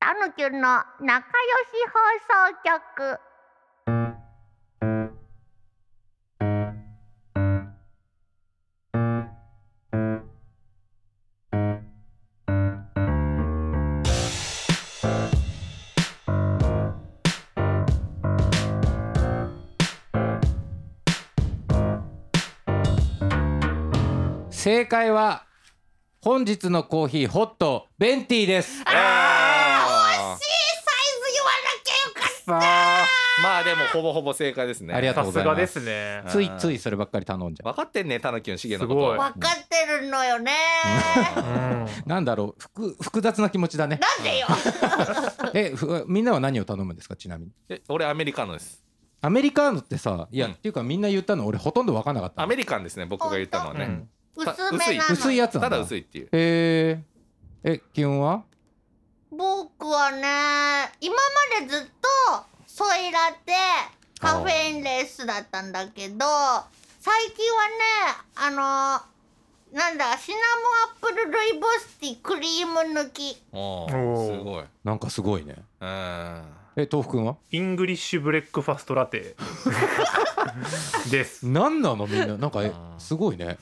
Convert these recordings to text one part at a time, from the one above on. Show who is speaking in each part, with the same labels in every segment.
Speaker 1: タヌキュンの仲良し放送局
Speaker 2: 正解は本日のコーヒーホットベンティーです
Speaker 3: あ
Speaker 4: いサイズ言わなきゃよかっ
Speaker 3: さあ
Speaker 4: たまあでもほぼほぼ正解ですね
Speaker 2: ありがとう
Speaker 3: さ
Speaker 2: ご
Speaker 3: す
Speaker 2: ざい
Speaker 3: が
Speaker 2: ます
Speaker 3: ですね
Speaker 2: ついついそればっかり頼んじゃ
Speaker 4: 分かってんねタヌキのシゲのこ
Speaker 3: すごい
Speaker 4: と
Speaker 1: わかってるのよね
Speaker 3: うん
Speaker 2: うなんだろう複複雑な気持ちだね
Speaker 1: なんで よ
Speaker 2: えふみんなは何を頼むんですかちなみに
Speaker 4: え俺アメリカのです
Speaker 2: アメリカーノってさいや、
Speaker 4: うん
Speaker 2: っていうかみんな言ったの俺ほとんど分かんなかった
Speaker 4: アメリカンですね僕が言ったのは
Speaker 3: う
Speaker 4: ね
Speaker 3: ん
Speaker 1: 薄めなの
Speaker 2: 薄いやつなんだ
Speaker 4: ただ薄いっていう
Speaker 2: えー、え気温は
Speaker 1: 僕はね今までずっとソイラテカフェインレースだったんだけど最近はねあのなんだシナモンアップルルイボスティークリーム抜き
Speaker 4: お
Speaker 3: お
Speaker 4: ー
Speaker 3: ー
Speaker 4: すごい
Speaker 2: なんかすごいね
Speaker 4: うん
Speaker 2: え豆腐くんは
Speaker 3: イングリッシュブレックファストラ テです
Speaker 2: 何なのみんななんかえ
Speaker 4: あー
Speaker 2: すごいねまあね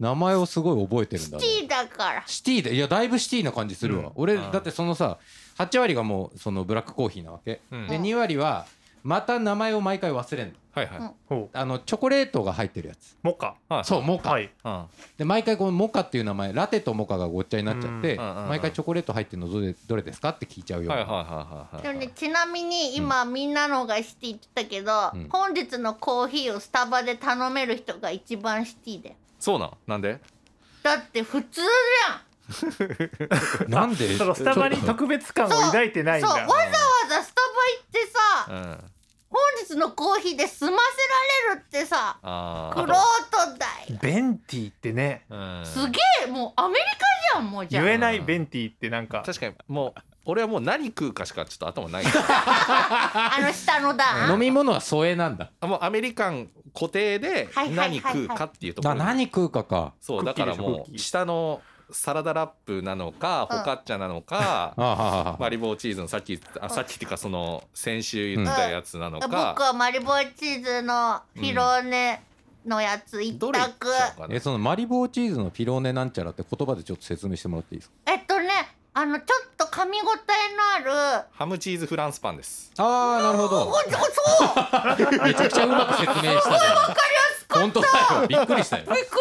Speaker 2: 名前をすごい覚えてるんだね
Speaker 1: ティーだから
Speaker 2: シティでいやだいぶシティな感じするわ、
Speaker 3: うん
Speaker 2: 俺
Speaker 4: あー
Speaker 2: だってそのさ8割がもうそのブラックコーヒーなわけ、
Speaker 4: うん
Speaker 2: で2割はまた名前を毎回忘れんの
Speaker 4: はいはい
Speaker 1: うん
Speaker 3: ほう
Speaker 2: あのチョコレートが入ってるやつ
Speaker 3: モカ
Speaker 4: はい
Speaker 2: そうモカ、
Speaker 3: はい
Speaker 4: うん
Speaker 2: で毎回このモカっていう名前ラテとモカがごっちゃになっちゃって、
Speaker 4: うんうんうんうん
Speaker 2: 毎回チョコレート入ってるのどれどれですかって聞いちゃうよ、
Speaker 4: はいはいはいは
Speaker 1: で
Speaker 4: いは
Speaker 1: も
Speaker 4: い
Speaker 1: ねちなみに今みんなのがシティって言ったけど、
Speaker 2: うん
Speaker 1: 本日のコーヒーをスタバで頼める人が一番シティだよ
Speaker 4: そうなんなんで
Speaker 1: だって普通じゃん
Speaker 2: なん で
Speaker 3: そのスタバに特別感を抱いてないん
Speaker 1: そうわ
Speaker 3: だ
Speaker 1: ざわざスタバ行ってさ、
Speaker 4: うんあ
Speaker 1: 本日のコーヒーで済ませられるってさ
Speaker 4: あ
Speaker 1: クロートだい
Speaker 3: ベンティってね
Speaker 4: うん
Speaker 1: すげえもうアメリカじゃんもうじゃ
Speaker 3: 言
Speaker 1: あ
Speaker 3: えないベンティってなんか
Speaker 4: 確かにもう俺はもう何食うかしかちょっと頭ない
Speaker 1: あの下の段
Speaker 2: 飲み物は添えなんだ
Speaker 4: あもうアメリカン固定で
Speaker 1: はいはいはいはい
Speaker 4: 何食うかっていうとこ
Speaker 2: だ
Speaker 4: ろ
Speaker 2: 何食うかか
Speaker 4: そう
Speaker 3: ク
Speaker 4: だ
Speaker 3: ッキ
Speaker 4: か
Speaker 3: ー
Speaker 4: ら
Speaker 3: でしょ
Speaker 4: も
Speaker 3: クッキ
Speaker 4: う
Speaker 3: ー
Speaker 4: 下のサラダラップなのか
Speaker 1: うん
Speaker 4: フォカッチャなのか
Speaker 2: ああああ
Speaker 4: マリボーチーズのさっきあさっきっていうかその先週言ったやつなの
Speaker 1: 僕
Speaker 4: か、
Speaker 1: はマリボーチーズのフィローネのやつ一択、
Speaker 4: どれいっちゃうかな
Speaker 2: えそのマリボーチーズのピローネなんちゃらって言葉でちょっと説明してもらっていいですか
Speaker 1: えっとねあのちょっと噛み応えのある
Speaker 4: ハムチーズフランスパンです
Speaker 2: ああなるほ
Speaker 1: お
Speaker 2: ど
Speaker 1: そうそう
Speaker 2: めちゃくちゃうまく説明したじゃん本当だよびっくり したよ
Speaker 1: びっく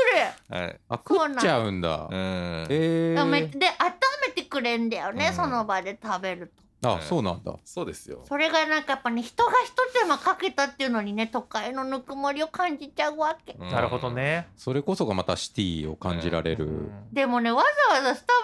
Speaker 4: はい
Speaker 2: あ食っちゃうんだ
Speaker 4: うん
Speaker 2: え
Speaker 1: りで
Speaker 2: ー
Speaker 1: めで温めてくれんだよね、
Speaker 4: うん
Speaker 1: その場で食べると
Speaker 2: あそうなんだ
Speaker 4: そうですよ
Speaker 1: それがなんかやっぱね人が一手間かけたっていうのにね都会のぬくもりを感じちゃうわけ
Speaker 4: うん
Speaker 3: なるほどね
Speaker 2: それこそがまたシティを感じられる、
Speaker 3: うん
Speaker 1: でもねわざわざスタバ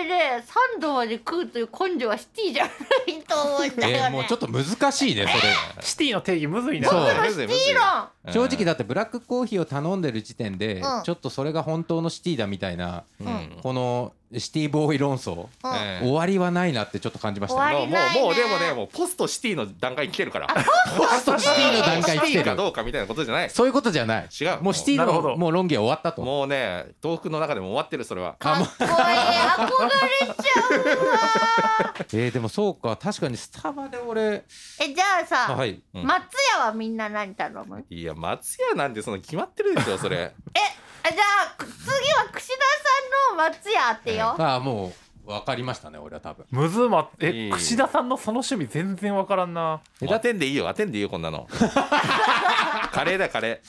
Speaker 1: に行ってね3度まで食うという根性はシティじゃないと思うんだよね
Speaker 2: えーもうちょっと難し いねそれ、
Speaker 3: シティの定義むずいな
Speaker 2: そう
Speaker 1: シティ論
Speaker 4: うん
Speaker 2: 正直だってブラックコーヒーを頼んでる時点で、
Speaker 1: うん
Speaker 2: ちょっとそれが本当のシティだみたいな、
Speaker 4: うん
Speaker 1: うん
Speaker 2: このシティボーイ論争、
Speaker 1: うん
Speaker 4: ええ
Speaker 2: 終わりはないなってちょっと感じましたね
Speaker 1: 終
Speaker 4: も
Speaker 1: わ
Speaker 4: う
Speaker 1: りない
Speaker 4: も
Speaker 1: う
Speaker 4: もう
Speaker 1: ね
Speaker 4: でもねもうポストシティの段階に来てるから
Speaker 2: ポストシティの段階来
Speaker 4: シテ
Speaker 2: て
Speaker 4: ィか
Speaker 2: る
Speaker 4: どうかみたいなことじゃない
Speaker 2: そういうことじゃない
Speaker 4: 違う
Speaker 2: もうシティ
Speaker 3: なるほ
Speaker 2: の
Speaker 3: ど
Speaker 2: もう論議は終わったと
Speaker 4: もうね豆腐の中でも終わってるそれは
Speaker 1: かっこいい憧れちゃうわ
Speaker 2: えー、でもそうか確かにスタバで俺
Speaker 1: えじゃあさ、
Speaker 2: あはい
Speaker 4: うん
Speaker 1: 松屋はみんな何頼む
Speaker 4: いや松屋なんてその決まってるでしょそれ
Speaker 1: あじゃあく次は串田さんの松屋ってよ、
Speaker 2: ああもう分かりましたね俺は多分
Speaker 3: むずま
Speaker 4: いい
Speaker 3: え串田さんのその趣味全然わからんな
Speaker 4: 当てんでいいよ当てんでいいよこんなのカレーだカレ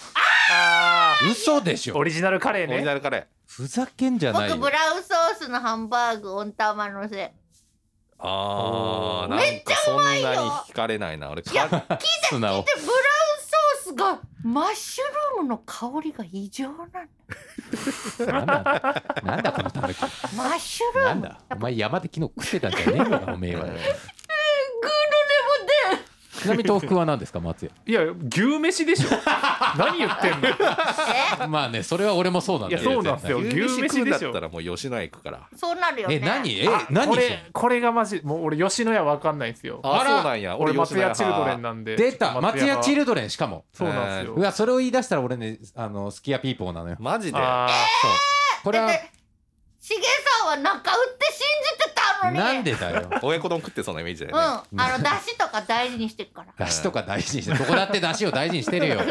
Speaker 3: あ
Speaker 2: 嘘でし
Speaker 3: ーオ
Speaker 2: ょ
Speaker 3: リジナルカレー
Speaker 4: ーオリジ
Speaker 3: ね
Speaker 4: ナルカレー
Speaker 2: ふざけんじゃないよ
Speaker 1: 僕ブラウンソースのハンバーグ温玉のせ
Speaker 4: あ
Speaker 3: おー
Speaker 4: ーなんかそんなに惹かれないな俺か
Speaker 2: 素
Speaker 1: でブラ
Speaker 2: 直
Speaker 1: ウンソースがマッシュルームの香りが異常なんだ
Speaker 2: なんだなんだこのたぬき
Speaker 1: マッシュル
Speaker 2: な
Speaker 1: ー
Speaker 2: ん
Speaker 1: ム
Speaker 2: だお前山で昨日食ってたんじゃねえのかお めえは
Speaker 1: グーのレモンで
Speaker 2: ちなみに豆腐くんは何ですか松
Speaker 3: いや牛飯でし ょ何言ってんの
Speaker 2: 屋まあねそれは俺もそうなんだ
Speaker 3: いやそうなんですよ
Speaker 4: 牛飯食うんだっ
Speaker 3: 牛飯でしょ
Speaker 4: たらもう吉野家行くから
Speaker 1: そうなるよね
Speaker 2: え何え
Speaker 3: あ
Speaker 2: 何
Speaker 3: こ
Speaker 2: そ
Speaker 3: れ
Speaker 2: れ
Speaker 3: これがマジもう俺吉野家わかんないんですよ
Speaker 4: あ
Speaker 2: あら
Speaker 4: そうなんや
Speaker 3: 俺松屋
Speaker 4: 吉野
Speaker 3: チルドレ
Speaker 4: 派
Speaker 3: ンなんで
Speaker 2: 出た松屋チ
Speaker 3: ル
Speaker 2: ルドレンしかも
Speaker 3: そうなんです
Speaker 2: う
Speaker 3: よ
Speaker 2: わそれを言い出したら俺ねあのスキヤピーポーなのよ
Speaker 4: マジで
Speaker 3: あ
Speaker 2: これは
Speaker 1: だってしげさんは中売って信じてたのに
Speaker 2: なんでだよ
Speaker 4: 親子丼食ってそうなイメージだ
Speaker 1: うん
Speaker 4: よね、
Speaker 1: あのだしとか大事にしてる から
Speaker 2: 出汁とか大事にしてどこだって出汁を大事にしてるよ違う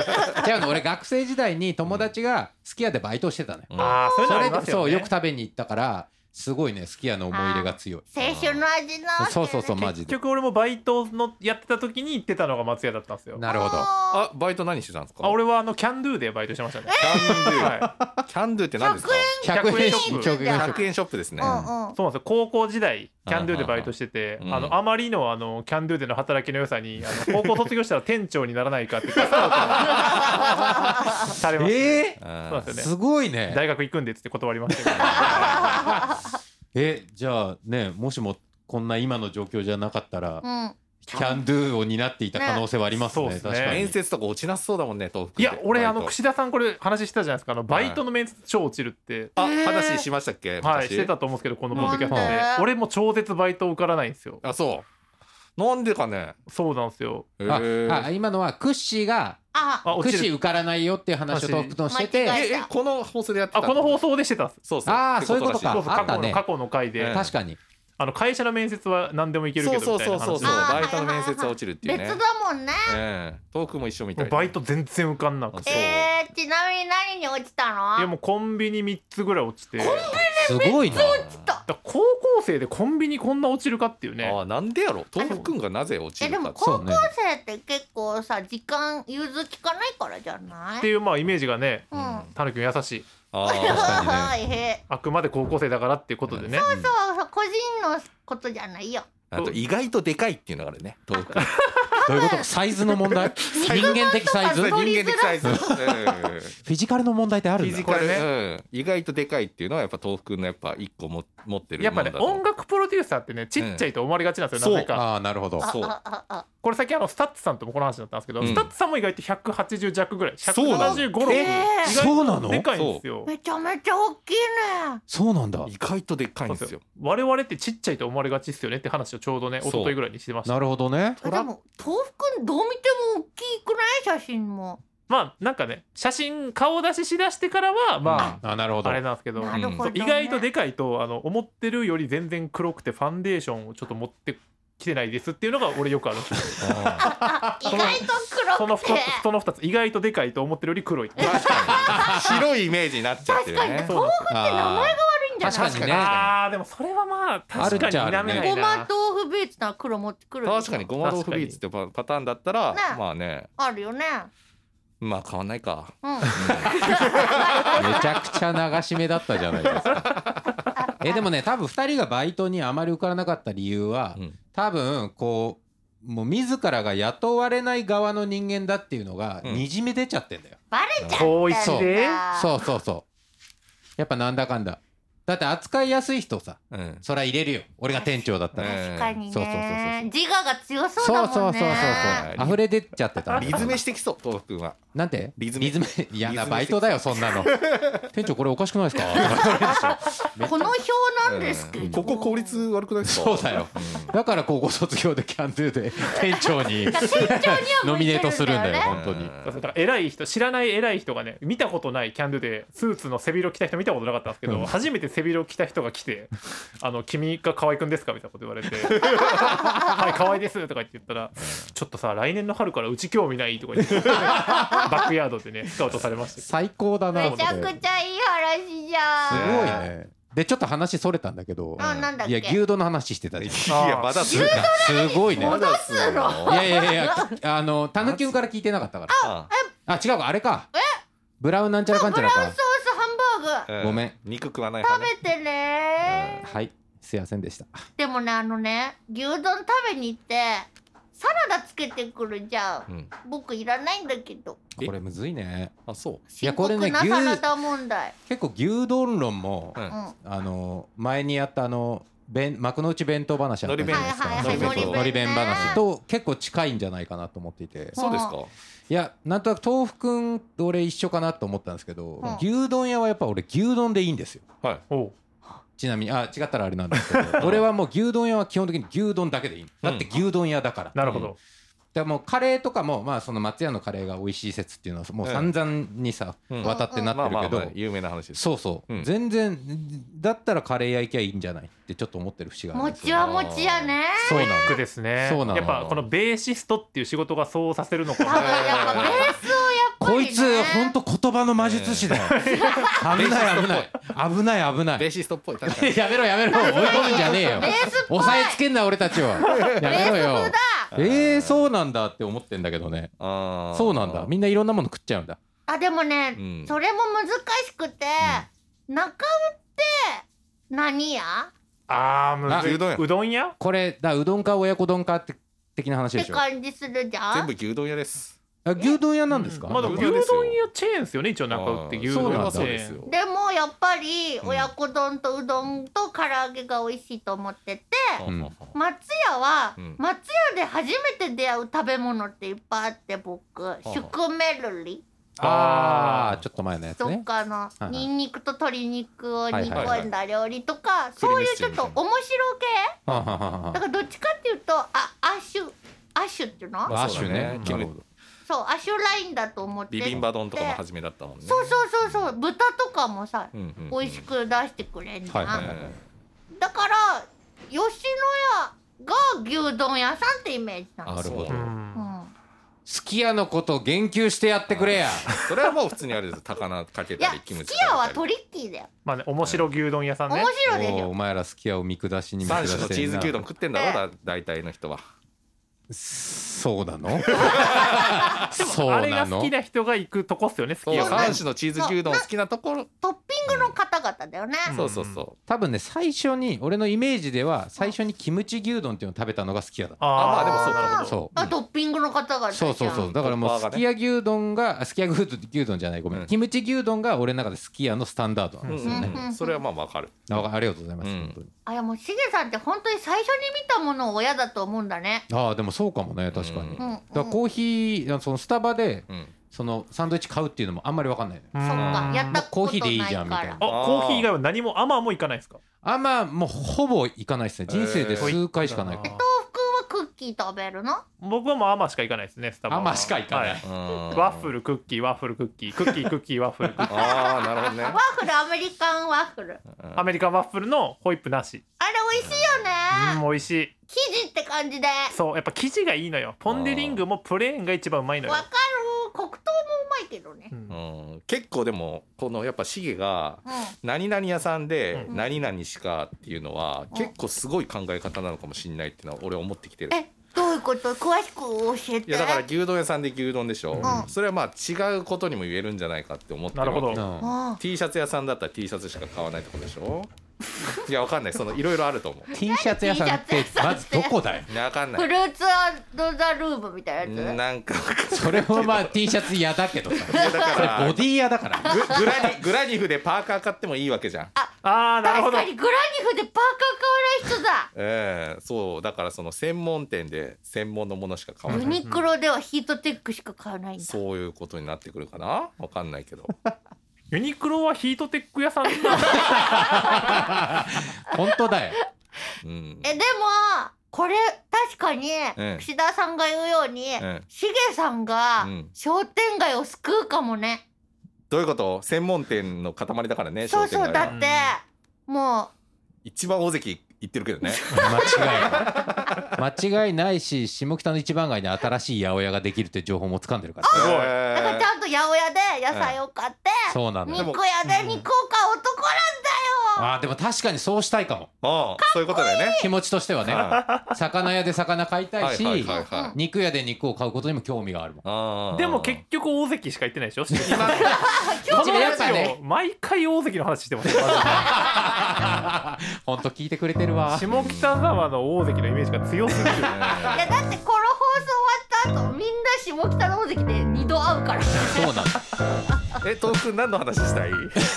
Speaker 2: の俺学生時代に友達がすき家でバイトしてたのよ、
Speaker 4: うん
Speaker 3: ああ、そういう
Speaker 2: そ
Speaker 3: のあり
Speaker 2: れ
Speaker 3: ま
Speaker 2: ですそ
Speaker 3: よ
Speaker 2: う
Speaker 3: ね。
Speaker 2: よく食べに行ったからすごいねすき家の思い入れが強い
Speaker 1: 青春の味なわけね
Speaker 2: そうそうそうマジ
Speaker 3: 結
Speaker 2: で
Speaker 3: 局俺もバイトのやってた時に行ってたのが松屋だったんですよ。
Speaker 2: なるほど
Speaker 1: あ
Speaker 4: あバイト何してたんですか
Speaker 3: あ、俺はあのキャンドゥでバイトしてましたね。
Speaker 4: キャンドゥ、
Speaker 3: は
Speaker 4: キャンドゥって何ですか
Speaker 2: 100
Speaker 3: 100
Speaker 2: 円
Speaker 3: 円
Speaker 2: ショップ
Speaker 3: ショッ
Speaker 2: 100
Speaker 1: プ
Speaker 2: 円ショップ
Speaker 4: 100円ショップですね、
Speaker 1: ーうんうん
Speaker 3: い。そうなんですよ。高校時代キャンドゥでバイトしてて、
Speaker 4: うん
Speaker 3: あのあまりのあのキャンドゥでの働きの良さに、あの高校卒業したら店長にならないかって言ってされました。
Speaker 2: え
Speaker 4: うん
Speaker 3: そうなんで
Speaker 2: ー、
Speaker 3: すよ
Speaker 2: す
Speaker 3: ね。
Speaker 2: ごいね
Speaker 3: 大学行くんでっつって断りましたけど。
Speaker 2: えじゃあねもしもこんな今の状況じゃなかったら、
Speaker 1: うん
Speaker 2: キャンドゥを担っていた可能性はありますね
Speaker 3: ねそう
Speaker 2: 確
Speaker 3: ですね
Speaker 2: かに
Speaker 4: 面接とか落ちなさそうだもんね東
Speaker 3: いや、俺あの
Speaker 4: 串
Speaker 3: 串田さんこれ話してたじゃないですか。あのバイトの面接超落ちるって。
Speaker 4: あ
Speaker 1: えー
Speaker 4: 話しましたっけ昔
Speaker 3: はい、してたと思うんですけど、このポッドキャスト
Speaker 1: なん
Speaker 3: で
Speaker 1: で。
Speaker 3: 俺も超絶バイト受からないんですよ。
Speaker 4: あそうなんでかね
Speaker 3: そうなんですよ。
Speaker 4: へ
Speaker 2: あ
Speaker 4: ー
Speaker 2: あ今のはクッシーが
Speaker 1: あ
Speaker 3: あ、
Speaker 2: ク
Speaker 3: 落
Speaker 2: ッ
Speaker 3: ち
Speaker 2: シー
Speaker 3: る。
Speaker 2: 受からないよっていう話をトークとして
Speaker 1: 間違
Speaker 2: て
Speaker 4: ええこの放送でやってた
Speaker 3: あ、この放送でしてたんです。
Speaker 4: そうそう
Speaker 2: あーそういうことか
Speaker 3: そうそう
Speaker 2: あ
Speaker 3: 過
Speaker 2: った
Speaker 3: 去
Speaker 2: ね
Speaker 3: の過去の回で、
Speaker 4: ええ
Speaker 2: 確かに
Speaker 3: あの会社の面接は何でもいけるけど
Speaker 4: そう
Speaker 3: みたい
Speaker 4: そう
Speaker 3: な
Speaker 4: そう
Speaker 3: 話
Speaker 4: そう
Speaker 1: あー
Speaker 4: バイトの面接は落ちるっていう
Speaker 1: 別
Speaker 4: ね
Speaker 1: だもんね
Speaker 4: ええトークも一緒みた
Speaker 3: もう
Speaker 4: い
Speaker 3: バイト全然受かんなくて
Speaker 4: そう
Speaker 1: えー、ちなみに何に落ちたの
Speaker 3: いやもうコンビニ3つぐらい落ちてだか
Speaker 2: すごいな
Speaker 1: た
Speaker 3: ら高校生でコンビニこんな落ちるかっていうね
Speaker 4: ああなんでやろ豆腐くんがなぜ落ち
Speaker 1: えで
Speaker 4: る
Speaker 1: も
Speaker 4: かって
Speaker 1: 高校生って結構さ時間融通きかないからじゃない
Speaker 3: っていうまあイメージがね
Speaker 1: うん
Speaker 4: うん
Speaker 3: たぬきん優しい
Speaker 4: あー
Speaker 2: か
Speaker 1: はいへ
Speaker 3: あくまで高校生だからっていうことでね
Speaker 1: そうそう個人のことじゃないよ
Speaker 4: あと意外とでかいっていうのがあるね豆腐くん
Speaker 2: どういうことサイズの問題 人間的サイズ
Speaker 4: 人
Speaker 2: フ
Speaker 4: 間的サイズうん
Speaker 2: ィジカルの問題ってあ
Speaker 4: フ
Speaker 2: る
Speaker 4: ィ
Speaker 2: ん
Speaker 4: ジ
Speaker 2: だ
Speaker 4: カル
Speaker 3: これ
Speaker 4: ね意外とでかいっていうのはやっぱ豆腐くんのやっぱ一個も持ってる
Speaker 3: やっぱね
Speaker 4: もんだと
Speaker 3: 音楽プロデューサーってねちっちゃいと思われがちなんですよ
Speaker 4: うん
Speaker 3: なぜか
Speaker 2: ああなるほど
Speaker 1: あ
Speaker 4: そう
Speaker 1: あああ
Speaker 3: これさっきあのスタッツさんともこの話だったんですけど
Speaker 4: うん
Speaker 3: スタッツさんも意外と180弱ぐらい
Speaker 4: そうなの
Speaker 3: 175ぐらい
Speaker 1: えー
Speaker 3: 意外と
Speaker 2: そうなの
Speaker 3: でかいんですよ
Speaker 1: めちゃめちゃ大きいね
Speaker 2: そうなんだ
Speaker 4: 意外とでっかいんですよ
Speaker 3: 我々ってちっちゃいと思われがちっすよねって話をちょうどね
Speaker 4: そう
Speaker 3: 一昨日ぐらいにしてました
Speaker 2: なるほどね
Speaker 1: えでも豆腐くんどう見ても大きくない写真も
Speaker 3: まあなんかね写真顔出ししだしてからはま
Speaker 2: あなるほ
Speaker 3: あ
Speaker 2: ど
Speaker 3: あれなんですけど
Speaker 1: なるほ
Speaker 3: そ
Speaker 1: ど、ね
Speaker 3: う意外とでかいとあの思ってるより全然黒くてファンデーションをちょっと持ってきてないですっていうのが俺よくあるんですよ
Speaker 1: あ
Speaker 4: あ
Speaker 1: 意外と
Speaker 3: そ
Speaker 1: 黒
Speaker 3: の
Speaker 1: く
Speaker 3: 2
Speaker 1: て
Speaker 3: つその二つ意外とでかいと思ってるより黒い
Speaker 4: ー確かに白いイメージになっちゃってるね
Speaker 3: そうなんです
Speaker 2: 名前
Speaker 1: が悪いんじゃない
Speaker 2: 確かにね
Speaker 3: あーでもそれはまあ確かに否めな
Speaker 2: あるっ
Speaker 1: ご
Speaker 3: い
Speaker 1: ま
Speaker 3: な
Speaker 1: 豆腐ビーツなら黒持ってくるでしょ
Speaker 4: 確かにごま豆腐ビーツってパパターンだったら
Speaker 1: ね
Speaker 4: まあね
Speaker 1: あるよね
Speaker 4: まあ変わんないか
Speaker 1: うん
Speaker 2: めちゃくちゃ流し目だったじゃないですかえでもね多分2人がバイトにあまり受からなかった理由は、
Speaker 4: うん
Speaker 2: 多分こうもう自らが雇われない側の人間だっていうのが
Speaker 4: うん
Speaker 2: にじみ出ちゃってんだよ、
Speaker 1: バレちゃった
Speaker 3: 遠
Speaker 1: ん
Speaker 3: い
Speaker 1: だ
Speaker 2: そう
Speaker 3: で
Speaker 2: そうそうそうやっぱなんだかんだだって扱いやすい人さ
Speaker 4: うん
Speaker 2: そりゃ入れるよ俺が店長だったら、
Speaker 4: ね
Speaker 1: 確かに
Speaker 2: そうそうそうそう
Speaker 1: ね自我が強そう
Speaker 2: そ
Speaker 1: だ
Speaker 2: うそ
Speaker 1: も
Speaker 2: うんそうそう
Speaker 1: ね
Speaker 2: そう溢れ出ちゃってた
Speaker 4: リズメしてきそう豆腐くんは
Speaker 2: なんて
Speaker 4: リズメ
Speaker 2: 嫌な
Speaker 4: リズメ
Speaker 2: バイトだよそんなの店長これおかしく ないですかとか言われるでしょ
Speaker 1: この表なんですけ
Speaker 4: うん
Speaker 1: ど
Speaker 4: ここ効率悪くないですか
Speaker 2: そうだよだから高校卒業でキャンドゥ で店長にノミネートするんだよ本当に
Speaker 3: そうそうだから偉い人知らない偉い人がね見たことないキャンドゥでスーツの背広着た人見たことなかったんですけど、
Speaker 2: うん
Speaker 3: 初めて背広着た人が来て「あの君が河合くんですか?」みたいなこと言われて「はい河合です」とか言って言ったら「ちょっとさ来年の春からうち興味ない」とか言って バックヤードでねスカウトされました
Speaker 2: 最高だな
Speaker 1: めちゃく
Speaker 2: す
Speaker 1: ちゃいい話じゃん
Speaker 4: ね
Speaker 2: ごいねでちょっと話それたんだけど
Speaker 1: あなんだっ
Speaker 2: い
Speaker 1: け
Speaker 2: や牛丼の話してたじゃんす
Speaker 4: いやまだするか
Speaker 2: ごいね
Speaker 1: 戻すの
Speaker 2: いやいやいやあのたぬきゅんから聞いてなかったから
Speaker 4: あ
Speaker 2: あ違うかあれかブラウンなんちゃらかんちゃら
Speaker 1: ソー
Speaker 2: か
Speaker 1: スハンバーグ
Speaker 4: う
Speaker 2: ごめん
Speaker 4: 肉食わない
Speaker 1: 食
Speaker 4: 派ね
Speaker 1: べてね
Speaker 2: はいすいませんでした
Speaker 1: でもねあのね牛丼食べに行ってサラダつけてくるじゃん
Speaker 4: うん
Speaker 1: 僕いらないんだけど
Speaker 4: え
Speaker 2: これむずいね
Speaker 4: あそう
Speaker 2: いや
Speaker 1: 深
Speaker 2: これ
Speaker 1: 刻
Speaker 2: ね
Speaker 1: な
Speaker 2: 牛
Speaker 1: サラダ問題
Speaker 2: 結構牛丼論も
Speaker 4: うん
Speaker 1: うんは
Speaker 2: あの前にやったあの弁幕の内弁当話あったじ
Speaker 1: い
Speaker 2: ゃな
Speaker 4: 弁
Speaker 2: い
Speaker 1: は
Speaker 2: ですか
Speaker 1: いはい
Speaker 4: のり弁
Speaker 2: のり弁
Speaker 1: ね
Speaker 2: 話と結構近いんじゃないかなと思っていて
Speaker 4: そうですか
Speaker 2: いやなんとなく豆腐くんと俺一緒かなと思ったんですけど、
Speaker 1: うん
Speaker 2: 牛丼屋はやっぱ俺牛丼でいいんですよ
Speaker 4: はい
Speaker 3: おう
Speaker 2: ちなみにあ違ったらあれなんですけど俺はもう牛丼屋は基本的に牛丼だけでいいだって牛丼屋だから、
Speaker 3: なるほど、
Speaker 2: でもうカレーとかも、まあ、その松屋のカレーが美味しい説っていうのはもう散々にさ、
Speaker 4: うん
Speaker 2: 渡ってな
Speaker 4: まあ
Speaker 2: って
Speaker 4: ま
Speaker 2: る
Speaker 4: あ
Speaker 2: けど、
Speaker 4: まあ有名な話です
Speaker 2: そうそう、
Speaker 4: うん
Speaker 2: 全然だったらカレー屋行きゃいいんじゃないってちょっと思ってる節があ
Speaker 1: も
Speaker 2: るんです
Speaker 1: ち
Speaker 2: よ
Speaker 1: はもちやね
Speaker 2: そうなん
Speaker 3: 僕
Speaker 2: だ
Speaker 3: ですね
Speaker 2: そうなの
Speaker 3: やっぱこのベーシストっていう仕事がそうさせるのか
Speaker 1: 多
Speaker 3: な
Speaker 1: 分やっぱベースをやっぱり、ね、
Speaker 2: こいつ本当言葉の魔術師だよ、危ない危ない危ない危ない
Speaker 4: ベーシストっぽい確かに
Speaker 2: やめろやめろ追い込むんじゃねえよ
Speaker 1: ベースっぽい
Speaker 2: 抑えつけんな俺たちはやめろ
Speaker 1: ベース
Speaker 2: よ
Speaker 1: 風だ
Speaker 2: えー、そうなんだって思ってんだけどね
Speaker 4: あー
Speaker 2: そうなんだみんないろんなもの食っちゃうんだ
Speaker 1: あでもね、
Speaker 4: うん
Speaker 1: それも難しくて、中尾って何や
Speaker 3: あーむずいう
Speaker 4: どんや
Speaker 3: うどん屋
Speaker 2: これだうどんか親子丼かって的な話
Speaker 1: っ
Speaker 2: で
Speaker 1: て
Speaker 2: しょ
Speaker 1: 感じするじゃ
Speaker 4: 全
Speaker 1: ん
Speaker 4: 部牛丼屋です
Speaker 2: あ牛丼屋なんですか、
Speaker 3: まあでも
Speaker 4: う
Speaker 3: 牛
Speaker 4: どん屋ですよ
Speaker 3: 丼屋チェーンですよね一応中尾って
Speaker 4: あー
Speaker 3: 牛丼
Speaker 2: そうな
Speaker 3: 屋
Speaker 2: んだ
Speaker 3: チ
Speaker 4: そう
Speaker 3: ェ
Speaker 4: で
Speaker 3: ー
Speaker 4: す
Speaker 3: ン
Speaker 4: よ
Speaker 1: でもやっぱり
Speaker 4: うん
Speaker 1: 親子丼とうどんと唐揚げが美味しいと思ってて、
Speaker 2: うん
Speaker 1: 松屋は、
Speaker 4: うん
Speaker 1: 松屋で初めて出会う食べ物っていっぱいあって僕、
Speaker 4: あ
Speaker 1: シュクメルリ
Speaker 2: ああちょっと前のやつ
Speaker 1: と
Speaker 2: ね
Speaker 1: かの
Speaker 2: いはい
Speaker 1: ニンニクと鶏肉を煮込んだ料理とか、
Speaker 4: クリ
Speaker 1: そ
Speaker 4: ー
Speaker 1: うい
Speaker 4: ム
Speaker 1: う
Speaker 4: シチ
Speaker 1: ち
Speaker 4: ュ
Speaker 1: ょっ
Speaker 4: ーみ
Speaker 1: と
Speaker 4: たい
Speaker 1: 面
Speaker 4: な
Speaker 1: 白系
Speaker 2: はあはあはあは
Speaker 1: だからどっちかっていうとあアシュアシュっていうの、
Speaker 2: まあ
Speaker 4: そ
Speaker 2: 亜種
Speaker 4: うだ
Speaker 2: ね
Speaker 4: キム
Speaker 2: なるほど
Speaker 1: そうアシュラインだと思って
Speaker 4: ビビンバ丼とかも初めだったもんね
Speaker 1: そうそうそうそう豚とかもさ、
Speaker 4: うんうんうん
Speaker 1: 美味しく出してくれんじゃん、
Speaker 2: はいはい
Speaker 4: え
Speaker 1: だから吉野家が牛丼屋さんってイメージな
Speaker 4: ー
Speaker 1: の、
Speaker 2: なるほど
Speaker 4: そう
Speaker 1: うんん、
Speaker 2: すき家のこと言及してやってくれや
Speaker 4: それはもう普通にあれです高菜かけ
Speaker 1: いや
Speaker 4: たり
Speaker 1: すき
Speaker 4: キムチ
Speaker 1: 家はト
Speaker 4: り
Speaker 1: リッキーだよ
Speaker 3: まあね面白牛丼屋さんね
Speaker 1: 面白いでし
Speaker 2: おうお
Speaker 1: ょ
Speaker 2: 前らすき家を見下しに見下
Speaker 4: 三
Speaker 2: し
Speaker 4: 種のチ
Speaker 2: て
Speaker 4: ー
Speaker 2: ん
Speaker 4: ズ
Speaker 2: な
Speaker 4: 牛丼食ってんだろだ大体の人は
Speaker 2: そうな のそう
Speaker 3: あれ
Speaker 2: な
Speaker 3: が好
Speaker 2: の
Speaker 3: きな人が行くとこっすよね好き
Speaker 4: そう
Speaker 3: 屋は
Speaker 4: 三
Speaker 3: ね
Speaker 4: 種のチーズ牛丼好きなところ
Speaker 1: トッピングの方々だよね、
Speaker 3: うん
Speaker 4: そうそうそう
Speaker 2: 多分ね最初に俺のイメージでは最初にキムチ牛丼っていうのを食べたのが好きやだ
Speaker 4: あまあでもそう
Speaker 3: なる
Speaker 4: か
Speaker 3: ほど
Speaker 2: そう
Speaker 1: あトッピングの方々じゃ
Speaker 2: そ
Speaker 1: ん
Speaker 2: うそうそうだから
Speaker 4: ト
Speaker 2: もう
Speaker 4: ッパ
Speaker 2: す
Speaker 4: ーが
Speaker 2: き
Speaker 4: ね
Speaker 2: 家牛丼があすき家牛丼牛丼じゃないごめん、
Speaker 4: うん
Speaker 2: キムチ牛丼が俺の中ですき家のスタンダードなんですよね、
Speaker 1: うんうん
Speaker 4: それはまあわかる
Speaker 2: あありがとうございます、
Speaker 4: うん
Speaker 2: 本当に
Speaker 1: あいやもうしげさんって本当に最初に見たものを親だと思うんだね
Speaker 2: ああでもそうかもね確かに、
Speaker 4: うん
Speaker 1: う
Speaker 2: だ
Speaker 1: ん、
Speaker 2: か
Speaker 1: うん、
Speaker 2: らコーヒーあのそのスタバで
Speaker 4: うん
Speaker 2: そのサンドイッチ買うっていうのもあんまり分かんないね
Speaker 3: そ
Speaker 1: そっかやった
Speaker 2: もう
Speaker 1: こ
Speaker 2: コー
Speaker 1: と
Speaker 2: ヒーでいい
Speaker 1: ない
Speaker 2: じ
Speaker 1: か
Speaker 2: ゃんみたい
Speaker 1: ら
Speaker 2: な
Speaker 3: あコーヒー以外は何もアマも行かないですか
Speaker 2: あまあもうほぼ行かないですね人生で数回しかない
Speaker 3: え
Speaker 2: か
Speaker 3: ー
Speaker 2: ら、
Speaker 1: 豆腐くんはクッキー食べるの
Speaker 3: 僕はもうアマしか行かないですねスタバは
Speaker 2: アマしか行かない
Speaker 3: は
Speaker 4: うん
Speaker 3: ワッフルクッキーワッフルクッキークッキークッキーワッフルク ッキー
Speaker 4: ああなるほどね
Speaker 1: ワッフルアメリカンワッフル
Speaker 3: アメリカンワッフルのホイップなし
Speaker 1: あれ美味しいよ
Speaker 3: うん
Speaker 1: ね
Speaker 3: 美味しい
Speaker 1: 生地って感じで
Speaker 3: そうやっぱ生地がいいのよポン・デ・リングもプレーンが一番うまいのよ
Speaker 1: わかる黒糖もうまいけどね
Speaker 3: うん
Speaker 4: うん結構でもこのやっぱシゲが
Speaker 1: うん
Speaker 4: 何々屋さんで
Speaker 3: うん
Speaker 4: 何々しかっていうのは
Speaker 1: うん
Speaker 4: 結構すごい考え方なのかもしれないっていうのは俺思ってきてる
Speaker 1: えどういうこと詳しく教えて
Speaker 4: いやだから牛丼屋さんで牛丼でしょ、
Speaker 1: うん
Speaker 4: それはまあ違うことにも言えるんじゃないかって思って
Speaker 3: なるほど
Speaker 2: う
Speaker 3: うん
Speaker 1: うん
Speaker 4: T シャツ屋さんだったら T シャツしか買わないとこでしょいやわかんないそのいろいろあると思
Speaker 2: T シャツ屋さんっ
Speaker 1: T シ
Speaker 2: て
Speaker 1: ャツ屋さん
Speaker 2: ま
Speaker 1: って
Speaker 2: ずどこだよ
Speaker 4: ういやわかんな
Speaker 1: フ
Speaker 4: い
Speaker 1: ルーツアンドザルームみたいなやつ
Speaker 4: なんか
Speaker 2: それもまあ T シャツ屋だけどさ
Speaker 4: いやだ
Speaker 2: それ
Speaker 4: から
Speaker 2: ボディ屋だから
Speaker 4: ググラディグラディフでパーカー買ってもいいわけじゃん
Speaker 3: ああなる
Speaker 1: 確
Speaker 3: ほど
Speaker 1: かにグラニフでパーカー買わない人だ
Speaker 4: ええそうだからその専門店で専門のものしか買わ
Speaker 1: ユ
Speaker 4: ない
Speaker 1: ニクロではヒートテックしか買わないんだ
Speaker 4: そういうことになってくるかなわかんないけど
Speaker 3: ユニクロはヒートテック屋さんなの
Speaker 2: 本当だよ
Speaker 4: うん
Speaker 1: えでもこれ確かに
Speaker 4: え
Speaker 1: 串田さんが言うように
Speaker 4: え
Speaker 1: しげさんが
Speaker 4: うん
Speaker 1: 商店街を救うかもね
Speaker 4: どういうこと専門店の塊だからね
Speaker 1: そう
Speaker 4: 商店
Speaker 1: そ
Speaker 4: 街
Speaker 1: う
Speaker 4: は
Speaker 1: だってもう
Speaker 4: 一番大関行ってるけどね
Speaker 2: 間違いない間違いないし下北の一番街に新しい八百屋ができるっていう情報も掴んでるから
Speaker 4: すごい、
Speaker 1: だからちゃんと八百屋で野菜を買って、
Speaker 2: そうなんだよ
Speaker 1: 肉屋で肉を買う男なんだよ、
Speaker 2: あーでも確かにそうしたいかも
Speaker 4: うんそういうことだよね
Speaker 2: 気持ちとしてはね
Speaker 4: は
Speaker 2: 魚屋で魚買いたいし
Speaker 4: はいはいはいはい
Speaker 2: 肉屋で肉を買うことにも興味があるもん
Speaker 4: あー
Speaker 3: でも結局大関しか行ってないでしょ
Speaker 4: 今の
Speaker 3: この
Speaker 2: や
Speaker 3: や
Speaker 2: っ
Speaker 3: つ
Speaker 2: ぱね
Speaker 3: よ毎回大関の話してますよマジで
Speaker 2: 本当聞いてくれてるわ
Speaker 3: 下北沢の大関のイメージが強 すぎる
Speaker 1: いやだってこの放送終わった後みんな下北の大関で二度会うから
Speaker 2: そうなんだ
Speaker 4: えトークン何の話したい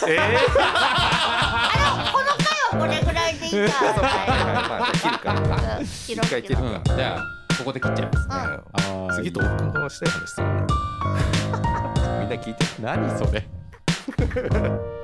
Speaker 3: え
Speaker 1: あのこの回はこれぐらいでいいんだ
Speaker 4: はいはいできるから
Speaker 1: うん広
Speaker 4: 一回
Speaker 1: く
Speaker 4: 切る
Speaker 2: うんじゃあここで切っちゃいますね
Speaker 1: うん
Speaker 2: あー
Speaker 4: 次トークンのしたい話するねみんな聞いて
Speaker 2: 何それ